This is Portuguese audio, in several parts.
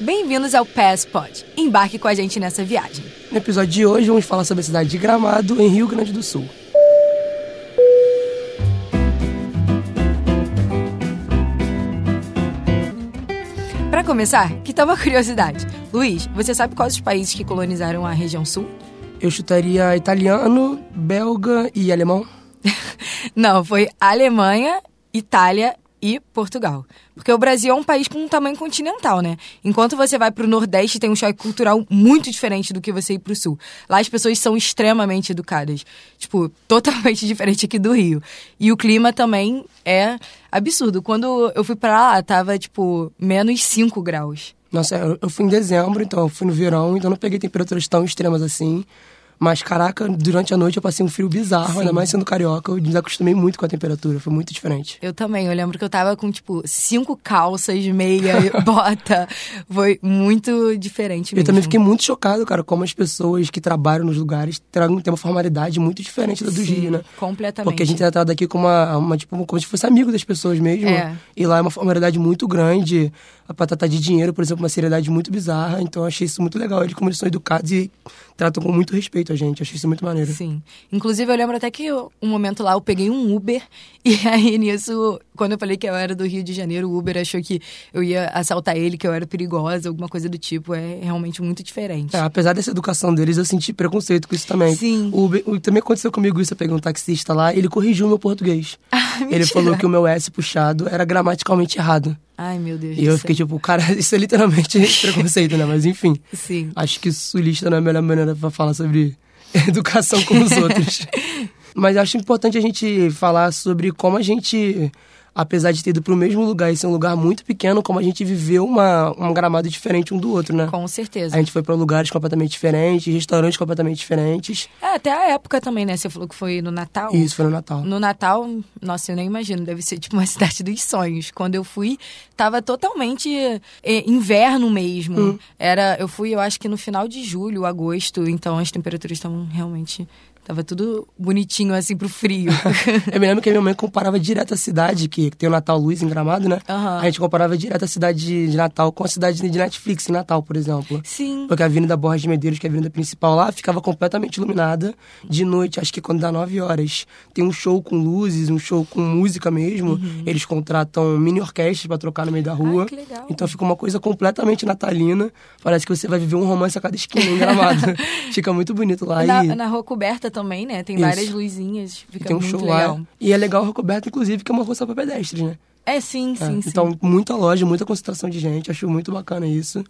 Bem-vindos ao Passpod. Embarque com a gente nessa viagem. No episódio de hoje, vamos falar sobre a cidade de Gramado, em Rio Grande do Sul. Para começar, que tal uma curiosidade? Luiz, você sabe quais os países que colonizaram a região sul? Eu chutaria italiano, belga e alemão. Não, foi Alemanha, Itália e Portugal. Porque o Brasil é um país com um tamanho continental, né? Enquanto você vai pro Nordeste, tem um choque cultural muito diferente do que você ir pro Sul. Lá as pessoas são extremamente educadas. Tipo, totalmente diferente aqui do Rio. E o clima também é absurdo. Quando eu fui pra lá, tava, tipo, menos 5 graus. Nossa, eu- eu fui em dezembro, então eu fui no verão, então eu não peguei temperaturas tão extremas assim. Mas, caraca, durante a noite eu passei um frio bizarro, ainda mais sendo carioca, eu me acostumei muito com a temperatura, foi muito diferente. Eu também, eu lembro que eu tava com, tipo, cinco calças, meia, e bota. Foi muito diferente mesmo. Eu também fiquei muito chocado, cara, como as pessoas que trabalham nos lugares tragam- têm uma formalidade muito diferente da do Sim, Rio, né? Completamente. Porque a gente é tratado aqui como uma, uma, tipo, como se fosse amigo das pessoas mesmo. É. E lá é uma formalidade muito grande. Pra tratar de dinheiro, por exemplo, uma seriedade muito bizarra. Então eu achei isso muito legal. Eles, como eles são educados e tratam com muito respeito a gente. Eu Achei isso muito maneiro. Sim. assim. Inclusive, eu lembro até que eu- um momento lá eu peguei um Uber e aí nisso, quando eu falei que eu era do Rio de Janeiro, o Uber achou que eu ia assaltar ele, que eu era perigosa, alguma coisa do tipo. É realmente muito diferente. É, apesar dessa educação deles, eu senti preconceito com isso também. Sim. O, Uber- o- também aconteceu comigo isso, eu peguei um taxista lá, ele corrigiu o meu português. ele Ah, mentira. falou que o meu S puxado era gramaticalmente errado. Ai, meu Deus E do eu céu. fiquei tipo, cara, isso é literalmente preconceito, né? Mas enfim. Sim. Acho que sulista não é a melhor maneira pra falar sobre educação com os outros. Mas acho importante a gente falar sobre como a gente, apesar de ter ido pro mesmo lugar e ser um lugar muito pequeno, como a gente viveu uma, um gramado diferente um do outro, né? Com certeza. A gente foi pra lugares completamente diferentes, restaurantes completamente diferentes. É, até a época também, né? Você falou que foi no Natal. E isso foi no Natal. No Natal, nossa, eu nem imagino, deve ser tipo uma cidade dos sonhos. Quando eu fui, tava totalmente eh, inverno mesmo. Hum. Era, eu fui, eu acho que no final de julho, agosto, então as temperaturas estavam realmente tava tudo bonitinho assim pro frio. Eu me lembro que a minha mãe comparava direto a cidade, que tem o Natal Luz em Gramado, né? Aham. A gente comparava direto a cidade de- de Natal com a cidade de Netflix em Natal, por exemplo. Sim. Porque a Avenida Borges de Medeiros, que é a avenida principal lá, ficava completamente iluminada de noite, acho que quando dá 9 horas. Tem um show com luzes, um show com música mesmo. Eles contratam mini orquestras pra trocar no meio da rua. Uhum. que legal. Então fica uma coisa completamente natalina. Parece que você vai viver um romance a cada esquina em Gramado. fica muito bonito lá. Na, e... na rua coberta também, né? Tem Isso. várias luzinhas, e fica tem um muito show legal. lá. E é legal o Rocoberto, inclusive, que é uma rua só pra pedestres, né? É, sim, É, sim, sim. Então, muita loja, muita concentração de gente, acho muito bacana isso.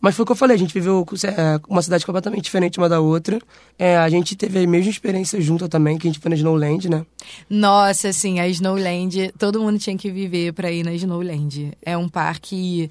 Mas foi o que eu falei, a gente viveu é, uma cidade completamente diferente uma da outra. É, a gente teve a mesma experiência junta também, que a gente foi na Snowland, né? Nossa, assim, a Snowland, todo mundo tinha que viver pra ir na Snowland. É um parque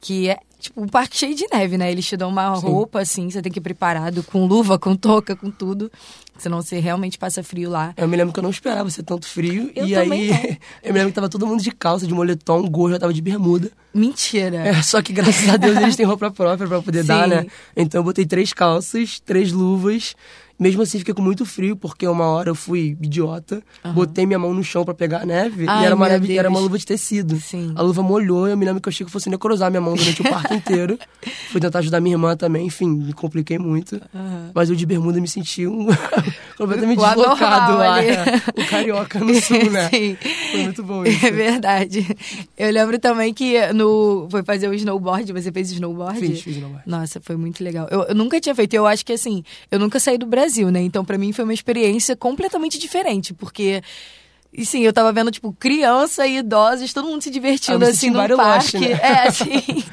que é tipo um parque cheio de neve, né? Eles te dão uma roupa assim, você tem que ir preparado com luva, com touca, com tudo, senão você realmente passa frio lá. Eu me lembro que eu não esperava ser tanto frio. Eu e também aí, não. eu me lembro que tava todo mundo de calça, de moletom, gorro, já tava de bermuda. Mentira. É, só que graças a Deus eles têm roupa própria pra poder né? Sim. dar, né? Então eu botei três calças, três luvas. Mesmo assim, fiquei com muito frio, porque uma hora eu fui idiota, botei minha mão no chão pra pegar a neve, Ai, e era uma, meu neve- era uma Deus. luva de tecido. Sim. A luva molhou, eu me lembro que eu achei que eu fosse necrosar minha mão durante o parque inteiro. Fui tentar ajudar minha irmã também, enfim, me compliquei muito. Mas eu de bermuda me senti um completamente O anormal deslocado lá. ali. é. O carioca no sul, né? Sim. Foi muito bom isso. É verdade. Eu lembro também que no foi fazer o snowboard, você fez snowboard? Fiz, fiz snowboard. Nossa, foi muito legal. Eu, eu nunca tinha feito. Eu acho que assim, eu nunca saí do Brasil, né? Então pra mim foi uma experiência completamente diferente, porque e sim, eu tava vendo, tipo, criança e idosos, todo mundo se divertindo, Ah, você assim, tinha no vários parque. lanches, né? É, assim.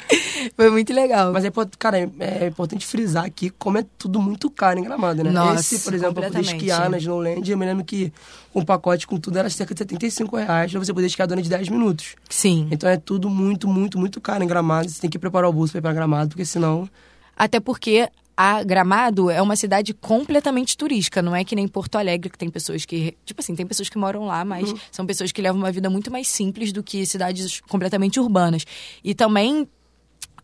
foi muito legal. Mas é, import- cara, é- é importante frisar aqui como é tudo muito caro em Gramado, né? Nossa, Esse, por exemplo, pra poder completamente. esquiar na Snowland, eu me lembro que um pacote com tudo era cerca de 75 reais pra você poder esquiar durante 10 minutos. Sim. Então é tudo muito, muito, muito caro em Gramado. Você tem que preparar o bolso pra ir pra Gramado, porque senão... Até porque a Gramado é uma cidade completamente turística, não é que nem Porto Alegre, que tem pessoas que. Tipo assim, tem pessoas que moram lá, mas são pessoas que levam uma vida muito mais simples do que cidades completamente urbanas. E também.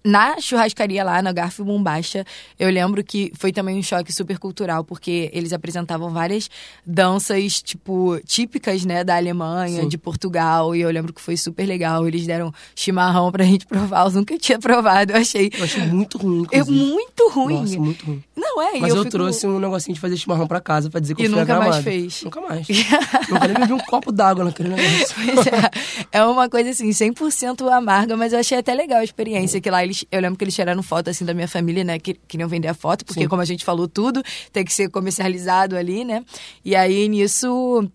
na churrascaria lá, na Garfo Bombacha, eu lembro que foi também um choque super cultural, porque eles apresentavam várias danças, tipo, típicas, né, da Alemanha, Sim. de Portugal, e eu lembro que foi super legal. Eles deram chimarrão pra gente provar, eu nunca tinha provado, eu achei Eu achei muito ruim, é inclusive. muito ruim. Nossa, muito ruim. Não é, e Mas eu, fico- trouxe um negocinho de fazer chimarrão pra casa pra dizer que E eu fui nunca agramado. mais fez. Nunca mais. nunca nem bebi um copo d'água naquele negócio. Pois é. É uma coisa assim, 100% amarga, mas eu achei até legal a experiência. Que lá eles. Eu lembro que eles tiraram foto assim da minha família, né? Que queriam vender a foto, porque Sim. como a gente falou tudo, tem que ser comercializado ali, né? E aí nisso.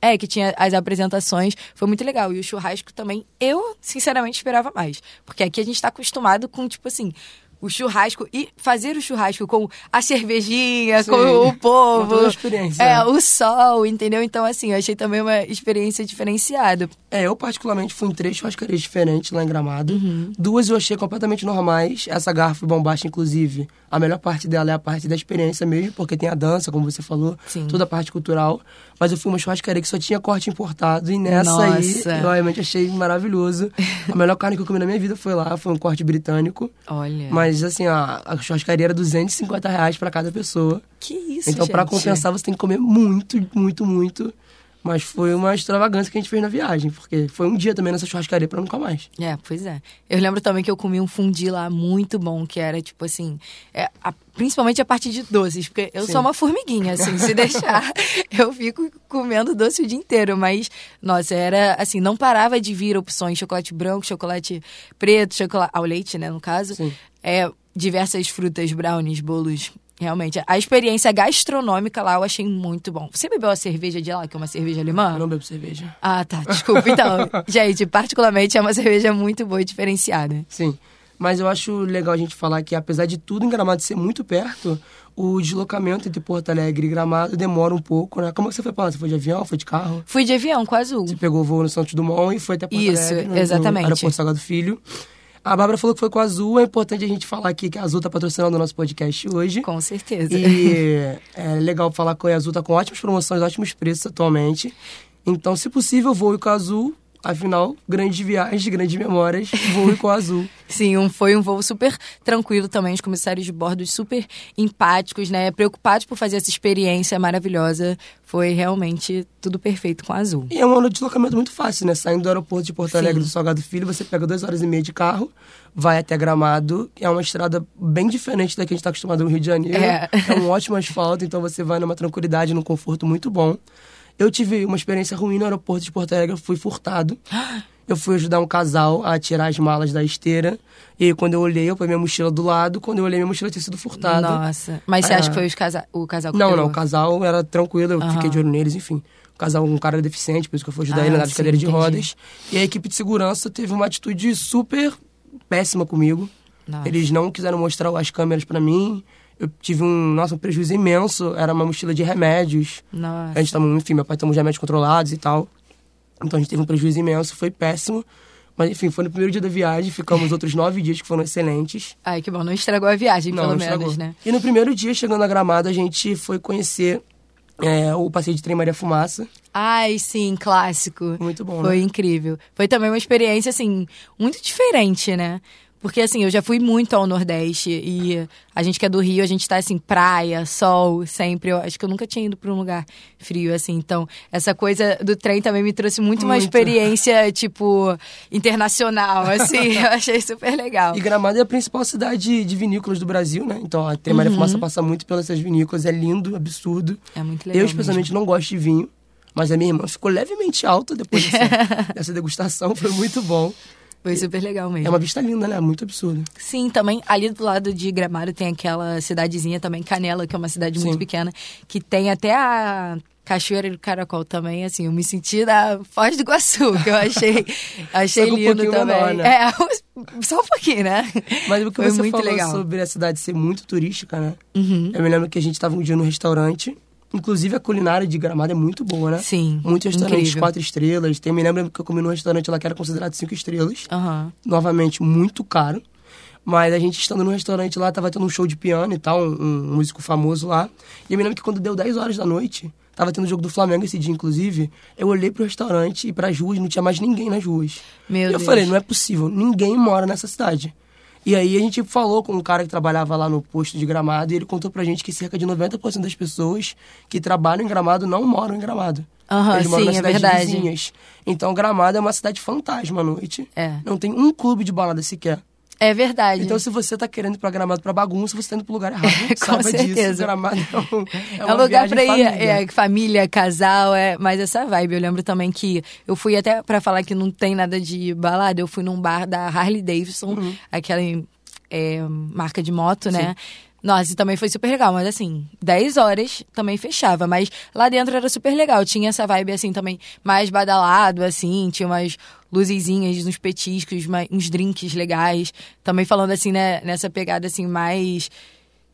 É, que tinha as apresentações, foi muito legal. E o churrasco também, eu sinceramente esperava mais. Porque aqui a gente tá acostumado com, tipo assim, o churrasco e fazer o churrasco com a cervejinha, Sim. com o povo. toda uma experiência, É, né? o sol, entendeu? Então, assim, eu achei também uma experiência diferenciada. É, eu particularmente fui em três churrascarias diferentes lá em Gramado. Uhum. Duas eu achei completamente normais. Essa garfo bombacha, inclusive, a melhor parte dela é a parte da experiência mesmo, porque tem a dança, como você falou, Sim. toda a parte cultural. Mas eu fui em uma churrascaria que só tinha corte importado, e nessa Nossa. aí eu realmente achei maravilhoso. a melhor carne que eu comi na minha vida foi lá, foi um corte britânico. Olha. Mas assim, a, a churrascaria era 250 reais pra cada pessoa. que isso, então, pra gente? compensar, você tem que comer muito, muito, muito. Mas foi uma extravagância que a gente fez na viagem, porque foi um dia também nessa churrascaria pra nunca mais. É, pois é. Eu lembro também que eu comi um fundi lá muito bom, que era tipo assim, é, a- principalmente a parte de doces, porque eu Sim. sou uma formiguinha, assim, se deixar, eu fico comendo doce o dia inteiro, mas, nossa, era assim, não parava de vir opções, chocolate branco, chocolate preto, chocolate ao leite, né, no caso, Sim. é, diversas frutas, brownies, bolos, realmente, a experiência gastronômica lá eu achei muito bom. Você bebeu a cerveja de lá, que é uma cerveja alemã? Eu não bebo cerveja. Ah, tá. Desculpa. Então, gente, particularmente é uma cerveja muito boa e diferenciada. Sim. Mas eu acho legal a gente falar que, apesar de tudo em Gramado ser muito perto, o deslocamento entre Porto Alegre e Gramado demora um pouco, né? Como é que você foi pra lá? Você foi de avião, foi de carro? Fui de avião com a Azul. Você pegou o voo no Santos Dumont e foi até Porto Isso, Alegre, né? no- exatamente. No aeroporto Salgado Filho. A Bárbara falou que foi com a Azul. É importante a gente falar aqui que a Azul tá patrocinando o nosso podcast hoje. Com certeza. E é legal falar que a Azul tá com ótimas promoções, ótimos preços atualmente. Então, se possível, voe com a Azul. Afinal, grandes viagens, grandes memórias, voe com a Azul. Sim, um, foi um voo super tranquilo também. Os comissários de bordo super empáticos, né? Preocupados por fazer essa experiência maravilhosa. Foi realmente tudo perfeito com a Azul. E é um deslocamento muito fácil, né? Saindo do aeroporto de Porto Alegre Sim. do Salgado Filho, você pega duas horas e meia de carro, vai até Gramado. É uma estrada bem diferente da que a gente tá acostumado no Rio de Janeiro. É. um ótimo asfalto, então você vai numa tranquilidade, num conforto muito bom. Eu tive uma experiência ruim no aeroporto de Porto Alegre, eu fui furtado. Eu fui ajudar um casal a tirar as malas da esteira. E aí, quando eu olhei, eu pus minha mochila do lado. Quando eu olhei, minha mochila tinha sido furtada. Nossa. Mas você Ah. acha que foi os casa... o casal que Não, pegou? não, o casal era tranquilo, eu Aham. fiquei de olho neles, enfim. O casal, um cara deficiente, por isso que eu fui ajudar Ah, ele, andava de sim, cadeira de entendi. rodas. E a equipe de segurança teve uma atitude super péssima comigo. Nossa. Eles não quiseram mostrar as câmeras pra mim. Eu tive um, nossa, um prejuízo imenso. Era uma mochila de remédios. Nossa. A gente tomou, enfim, meu pai tomou os remédios controlados e tal. Então a gente teve um prejuízo imenso, foi péssimo. Mas enfim, foi no primeiro dia da viagem, ficamos outros nove dias que foram excelentes Ai, que bom. Não estragou a viagem, pelo menos, estragou. né? E no primeiro dia, chegando a Gramado, a gente foi conhecer é, o passeio de trem Maria Fumaça. Ai, sim, clássico. Muito bom, Foi né? incrível. Foi também uma experiência, assim, muito diferente, né? Porque, assim, eu já fui muito ao Nordeste e a gente que é do Rio, a gente tá, assim, praia, sol, sempre. Eu acho que eu nunca tinha ido pra um lugar frio, assim. Então, essa coisa do trem também me trouxe muito, uma Muito. experiência, tipo, internacional, assim. eu achei super legal. E Gramado é a principal cidade de vinícolas do Brasil, né? Então a trem Uhum. Maria Fumaça passa muito pelas essas vinícolas, é lindo, absurdo. É muito legal Eu, especialmente, não gosto de vinho, mas a minha irmã ficou levemente alta depois dessa, dessa degustação, foi muito bom. Foi super legal mesmo. É uma vista linda, né? Muito absurdo. Sim, também ali do lado de Gramado tem aquela cidadezinha também, Canela, que é uma cidade muito Sim. pequena, que tem até a Cachoeira do Caracol também, assim, eu me senti na Foz do Iguaçu, que eu achei, achei Só que um lindo pouquinho também. menor, né? É, só um pouquinho, né? Mas o que Foi você muito falou legal. Uhum. sobre a cidade ser muito turística, né? Eu me lembro que a gente estava um dia num restaurante. Inclusive, a culinária de Gramado é muito boa, né? Sim, Muitos restaurantes incrível. quatro estrelas. Tem, me lembro que eu comi num restaurante lá que era considerado cinco estrelas. Aham. Novamente, muito caro. Mas a gente estando num restaurante lá, tava tendo um show de piano e tal, um, um músico famoso lá. E eu me lembro que quando deu 10 horas da noite, tava tendo o jogo do Flamengo esse dia, inclusive, eu olhei pro restaurante e pras ruas, não tinha mais ninguém nas ruas. Meu e eu Deus. falei, não é possível, ninguém mora nessa cidade. E aí a gente falou com um cara que trabalhava lá no posto de Gramado e ele contou pra gente que cerca de 90% das pessoas que trabalham em Gramado não moram em Gramado. Aham, Eles moram sim, nas é cidades verdade. vizinhas. Então Gramado é uma cidade fantasma à noite. É. Não tem um clube de balada sequer. É verdade. Então, se você tá querendo ir pra Gramado pra bagunça, você tá indo pro lugar errado. com Saiba disso. certeza. Gramado é um, é É, uma um lugar viagem pra ir, família. é, família, casal, é, mas essa vibe. Eu lembro também que eu fui até pra falar que não tem nada de balada, eu fui num bar da Harley Davidson, Uhum. aquela é, marca de moto, né? Nossa, e também foi super legal, mas assim, 10 horas também fechava, mas lá dentro era super legal, tinha essa vibe assim também, mais badalado, assim, tinha umas luzezinhas, uns petiscos, ma- uns drinks legais, também falando assim, né, nessa pegada assim, mais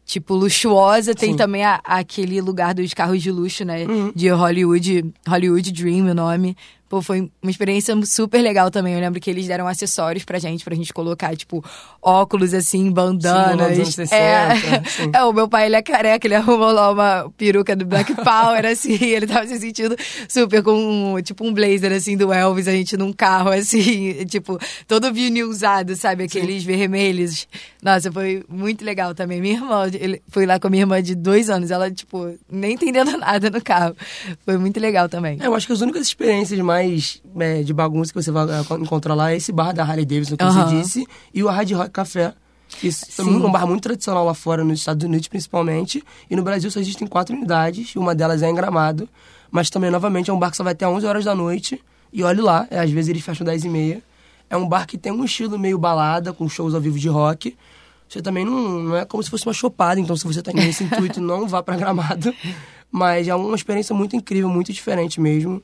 tipo, luxuosa. Tem também a- aquele lugar dos carros de luxo, né? Uhum. De Hollywood, Hollywood Dream, o nome. Pô, foi uma experiência super legal também. Eu lembro que eles deram acessórios pra gente, pra gente colocar, tipo, óculos assim, bandanas. Símbolo dos anos é, 60, sim. é, o meu pai, ele é careca, ele arrumou lá uma peruca do Black Power, assim, ele tava se sentindo super com, um- tipo, um blazer, assim, do Elvis, a gente num carro, assim, tipo, todo vinil usado, sabe? Aqueles vermelhos. Nossa, foi muito legal também. Minha irmã, ele, fui lá com a minha irmã de dois anos, ela, tipo, nem entendendo nada no carro. Foi muito legal também. É, eu acho que as únicas experiências mais é, de bagunça que você vai é, encontrar lá é esse bar da Harley Davidson que você Aham. disse e o Hard Rock Café. que Isso é Sim. um bar muito tradicional lá fora, nos Estados Unidos principalmente. E no Brasil só existem quatro unidades, e uma delas é em Gramado. Mas também, novamente, é um bar que só vai até 11 horas da noite. E olhe lá, é, às vezes eles fecham 10 e meia. É um bar que tem um estilo meio balada, com shows ao vivo de rock. Você também não, não é como se fosse uma chopada, então se você tá nesse intuito, não vá pra Gramado. Mas é uma experiência muito incrível, muito diferente mesmo.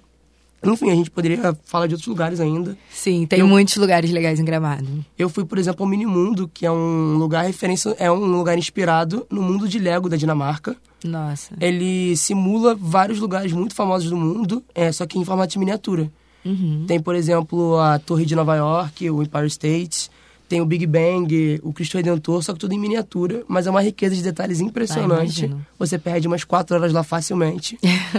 Enfim, a gente poderia falar de outros lugares ainda. Sim, tem Eu- muitos lugares legais em Gramado. Eu fui, por exemplo, ao Minimundo, que é um lugar referência, é um lugar inspirado no mundo de Lego da Dinamarca. Nossa. É, Ele simula vários lugares muito famosos do mundo, é, só que em formato de miniatura. Uhum. Tem, por exemplo, a Torre de Nova York, o Empire State, tem o Big Bang, o Cristo Redentor, só que tudo em miniatura, mas é uma riqueza de detalhes impressionante. Ah, imagino. você perde umas quatro horas lá facilmente.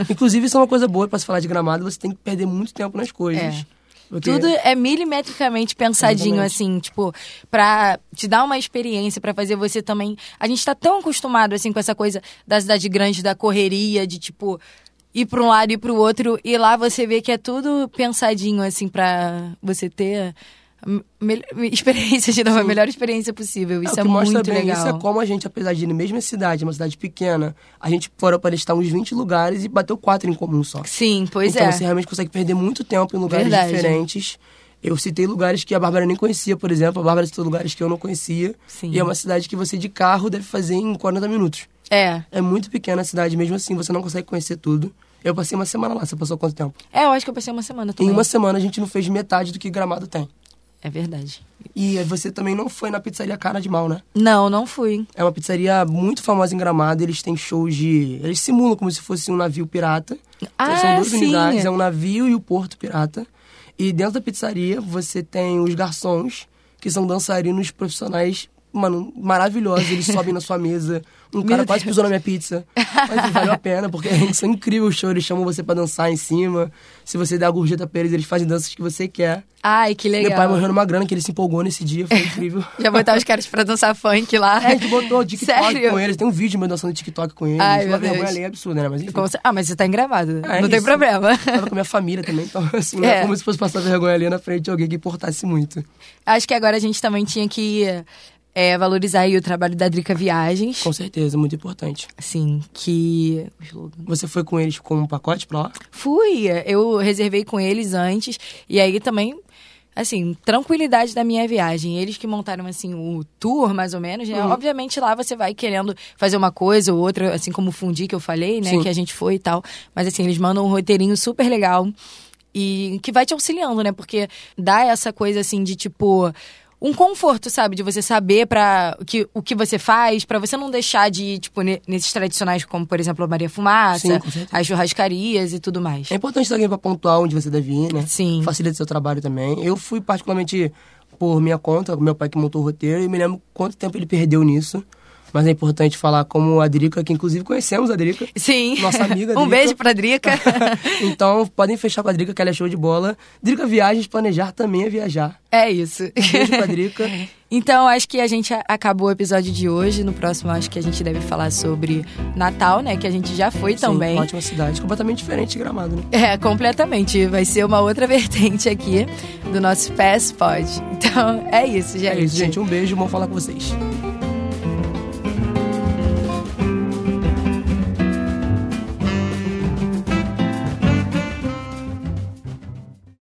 Inclusive, isso é uma coisa boa para se falar de gramado, você tem que perder muito tempo nas coisas. É. Porque- Tudo é milimetricamente pensadinho, Exatamente. assim, tipo, pra te dar uma experiência, pra fazer você também. A gente tá tão acostumado, assim, com essa coisa da cidade grande, da correria, de tipo, ir pra um lado e ir pro outro, e lá você vê que é tudo pensadinho, assim, pra você ter a mel- experiência, de novo, a melhor experiência possível. É, Isso o é, que mostra muito bem legal. isso é como a gente, apesar de ir na mesma cidade, uma cidade pequena, a gente foram para listar uns 20 lugares e bateu quatro em comum só. Sim, pois então é. você realmente consegue perder muito tempo em lugares Verdade. diferentes. Eu citei lugares que a Bárbara nem conhecia, por exemplo. A Bárbara citou lugares que eu não conhecia. Sim. E é uma cidade que você de carro deve fazer em 40 minutos. É. É muito pequena a cidade, mesmo assim você não consegue conhecer tudo. Eu passei uma semana lá, você passou quanto tempo? É, eu acho que eu passei uma semana também. Em uma semana a gente não fez metade do que Gramado tem. É verdade. E você também não foi na pizzaria Cara de Mal, né? Não, não fui. É uma pizzaria muito famosa em Gramado. Eles têm shows de. Eles simulam como se fosse um navio pirata. Ah, São duas sim. unidades: é um navio e o porto pirata. E dentro da pizzaria você tem os garçons, que são dançarinos profissionais. Mano, maravilhosos. Eles sobem na sua mesa. Um cara Meu quase pisou na minha pizza. Mas valeu a pena, porque eles são incríveis o show. Eles chamam você pra dançar em cima. Se você der a gorjeta pra eles, eles fazem danças que você quer. Ai, que legal. Meu pai morreu numa grana que ele se empolgou nesse dia. Foi incrível. Já botar os caras pra dançar funk lá. É, a gente botou TikTok Sério? com eles. Tem um vídeo meu dançando TikTok com eles. é Ai, uma meu vergonha Deus. alheia absurda, né? Mas enfim. Como se- Ah, mas você tá engravado. É não tem isso. problema. Tava com minha família também, então assim, não é É. como se fosse passar vergonha ali na frente de alguém que importasse muito. Acho que agora a gente também tinha que é, valorizar aí o trabalho da Drica Viagens. Com certeza, muito importante. Sim, que. o slogan. Você foi com eles com um pacote pra lá? Fui, eu reservei com eles antes. E aí também, assim, tranquilidade da minha viagem. Eles que montaram, assim, o tour, mais ou menos, Uhum. né? Obviamente lá você vai querendo fazer uma coisa ou outra, assim como o fundi que eu falei, né? Sim. Que a gente foi e tal. Mas, assim, eles mandam um roteirinho super legal. E que vai te auxiliando, né? Porque dá essa coisa, assim, de tipo. Um conforto, sabe? De você saber para o que, o que você faz, pra você não deixar de ir, tipo, ne- nesses tradicionais, como, por exemplo, a Maria Fumaça, Sim, com certeza. as churrascarias e tudo mais. É importante ter alguém pra pontuar onde você deve ir, né? Sim. Facilita seu trabalho também. Eu fui particularmente por minha conta, meu pai que montou o roteiro, e me lembro quanto tempo ele perdeu nisso. Mas é importante falar como a Drica, que inclusive conhecemos a Drica. Sim. Nossa amiga Um Drica. beijo pra Drica. então, podem fechar com a Drica, que ela é show de bola. Drica Viagens, planejar também é viajar. é isso. Um Beijo pra Drica. Então, acho que a gente a- acabou o episódio de hoje. No próximo, acho que a gente deve falar sobre Natal, né? Que a gente já foi também. Sim, ótima cidade. Completamente diferente de Gramado, né? É, completamente. Vai ser uma outra vertente aqui do nosso Pass Pod. Então, é isso, gente. É isso, gente. Um beijo. Bom falar com vocês.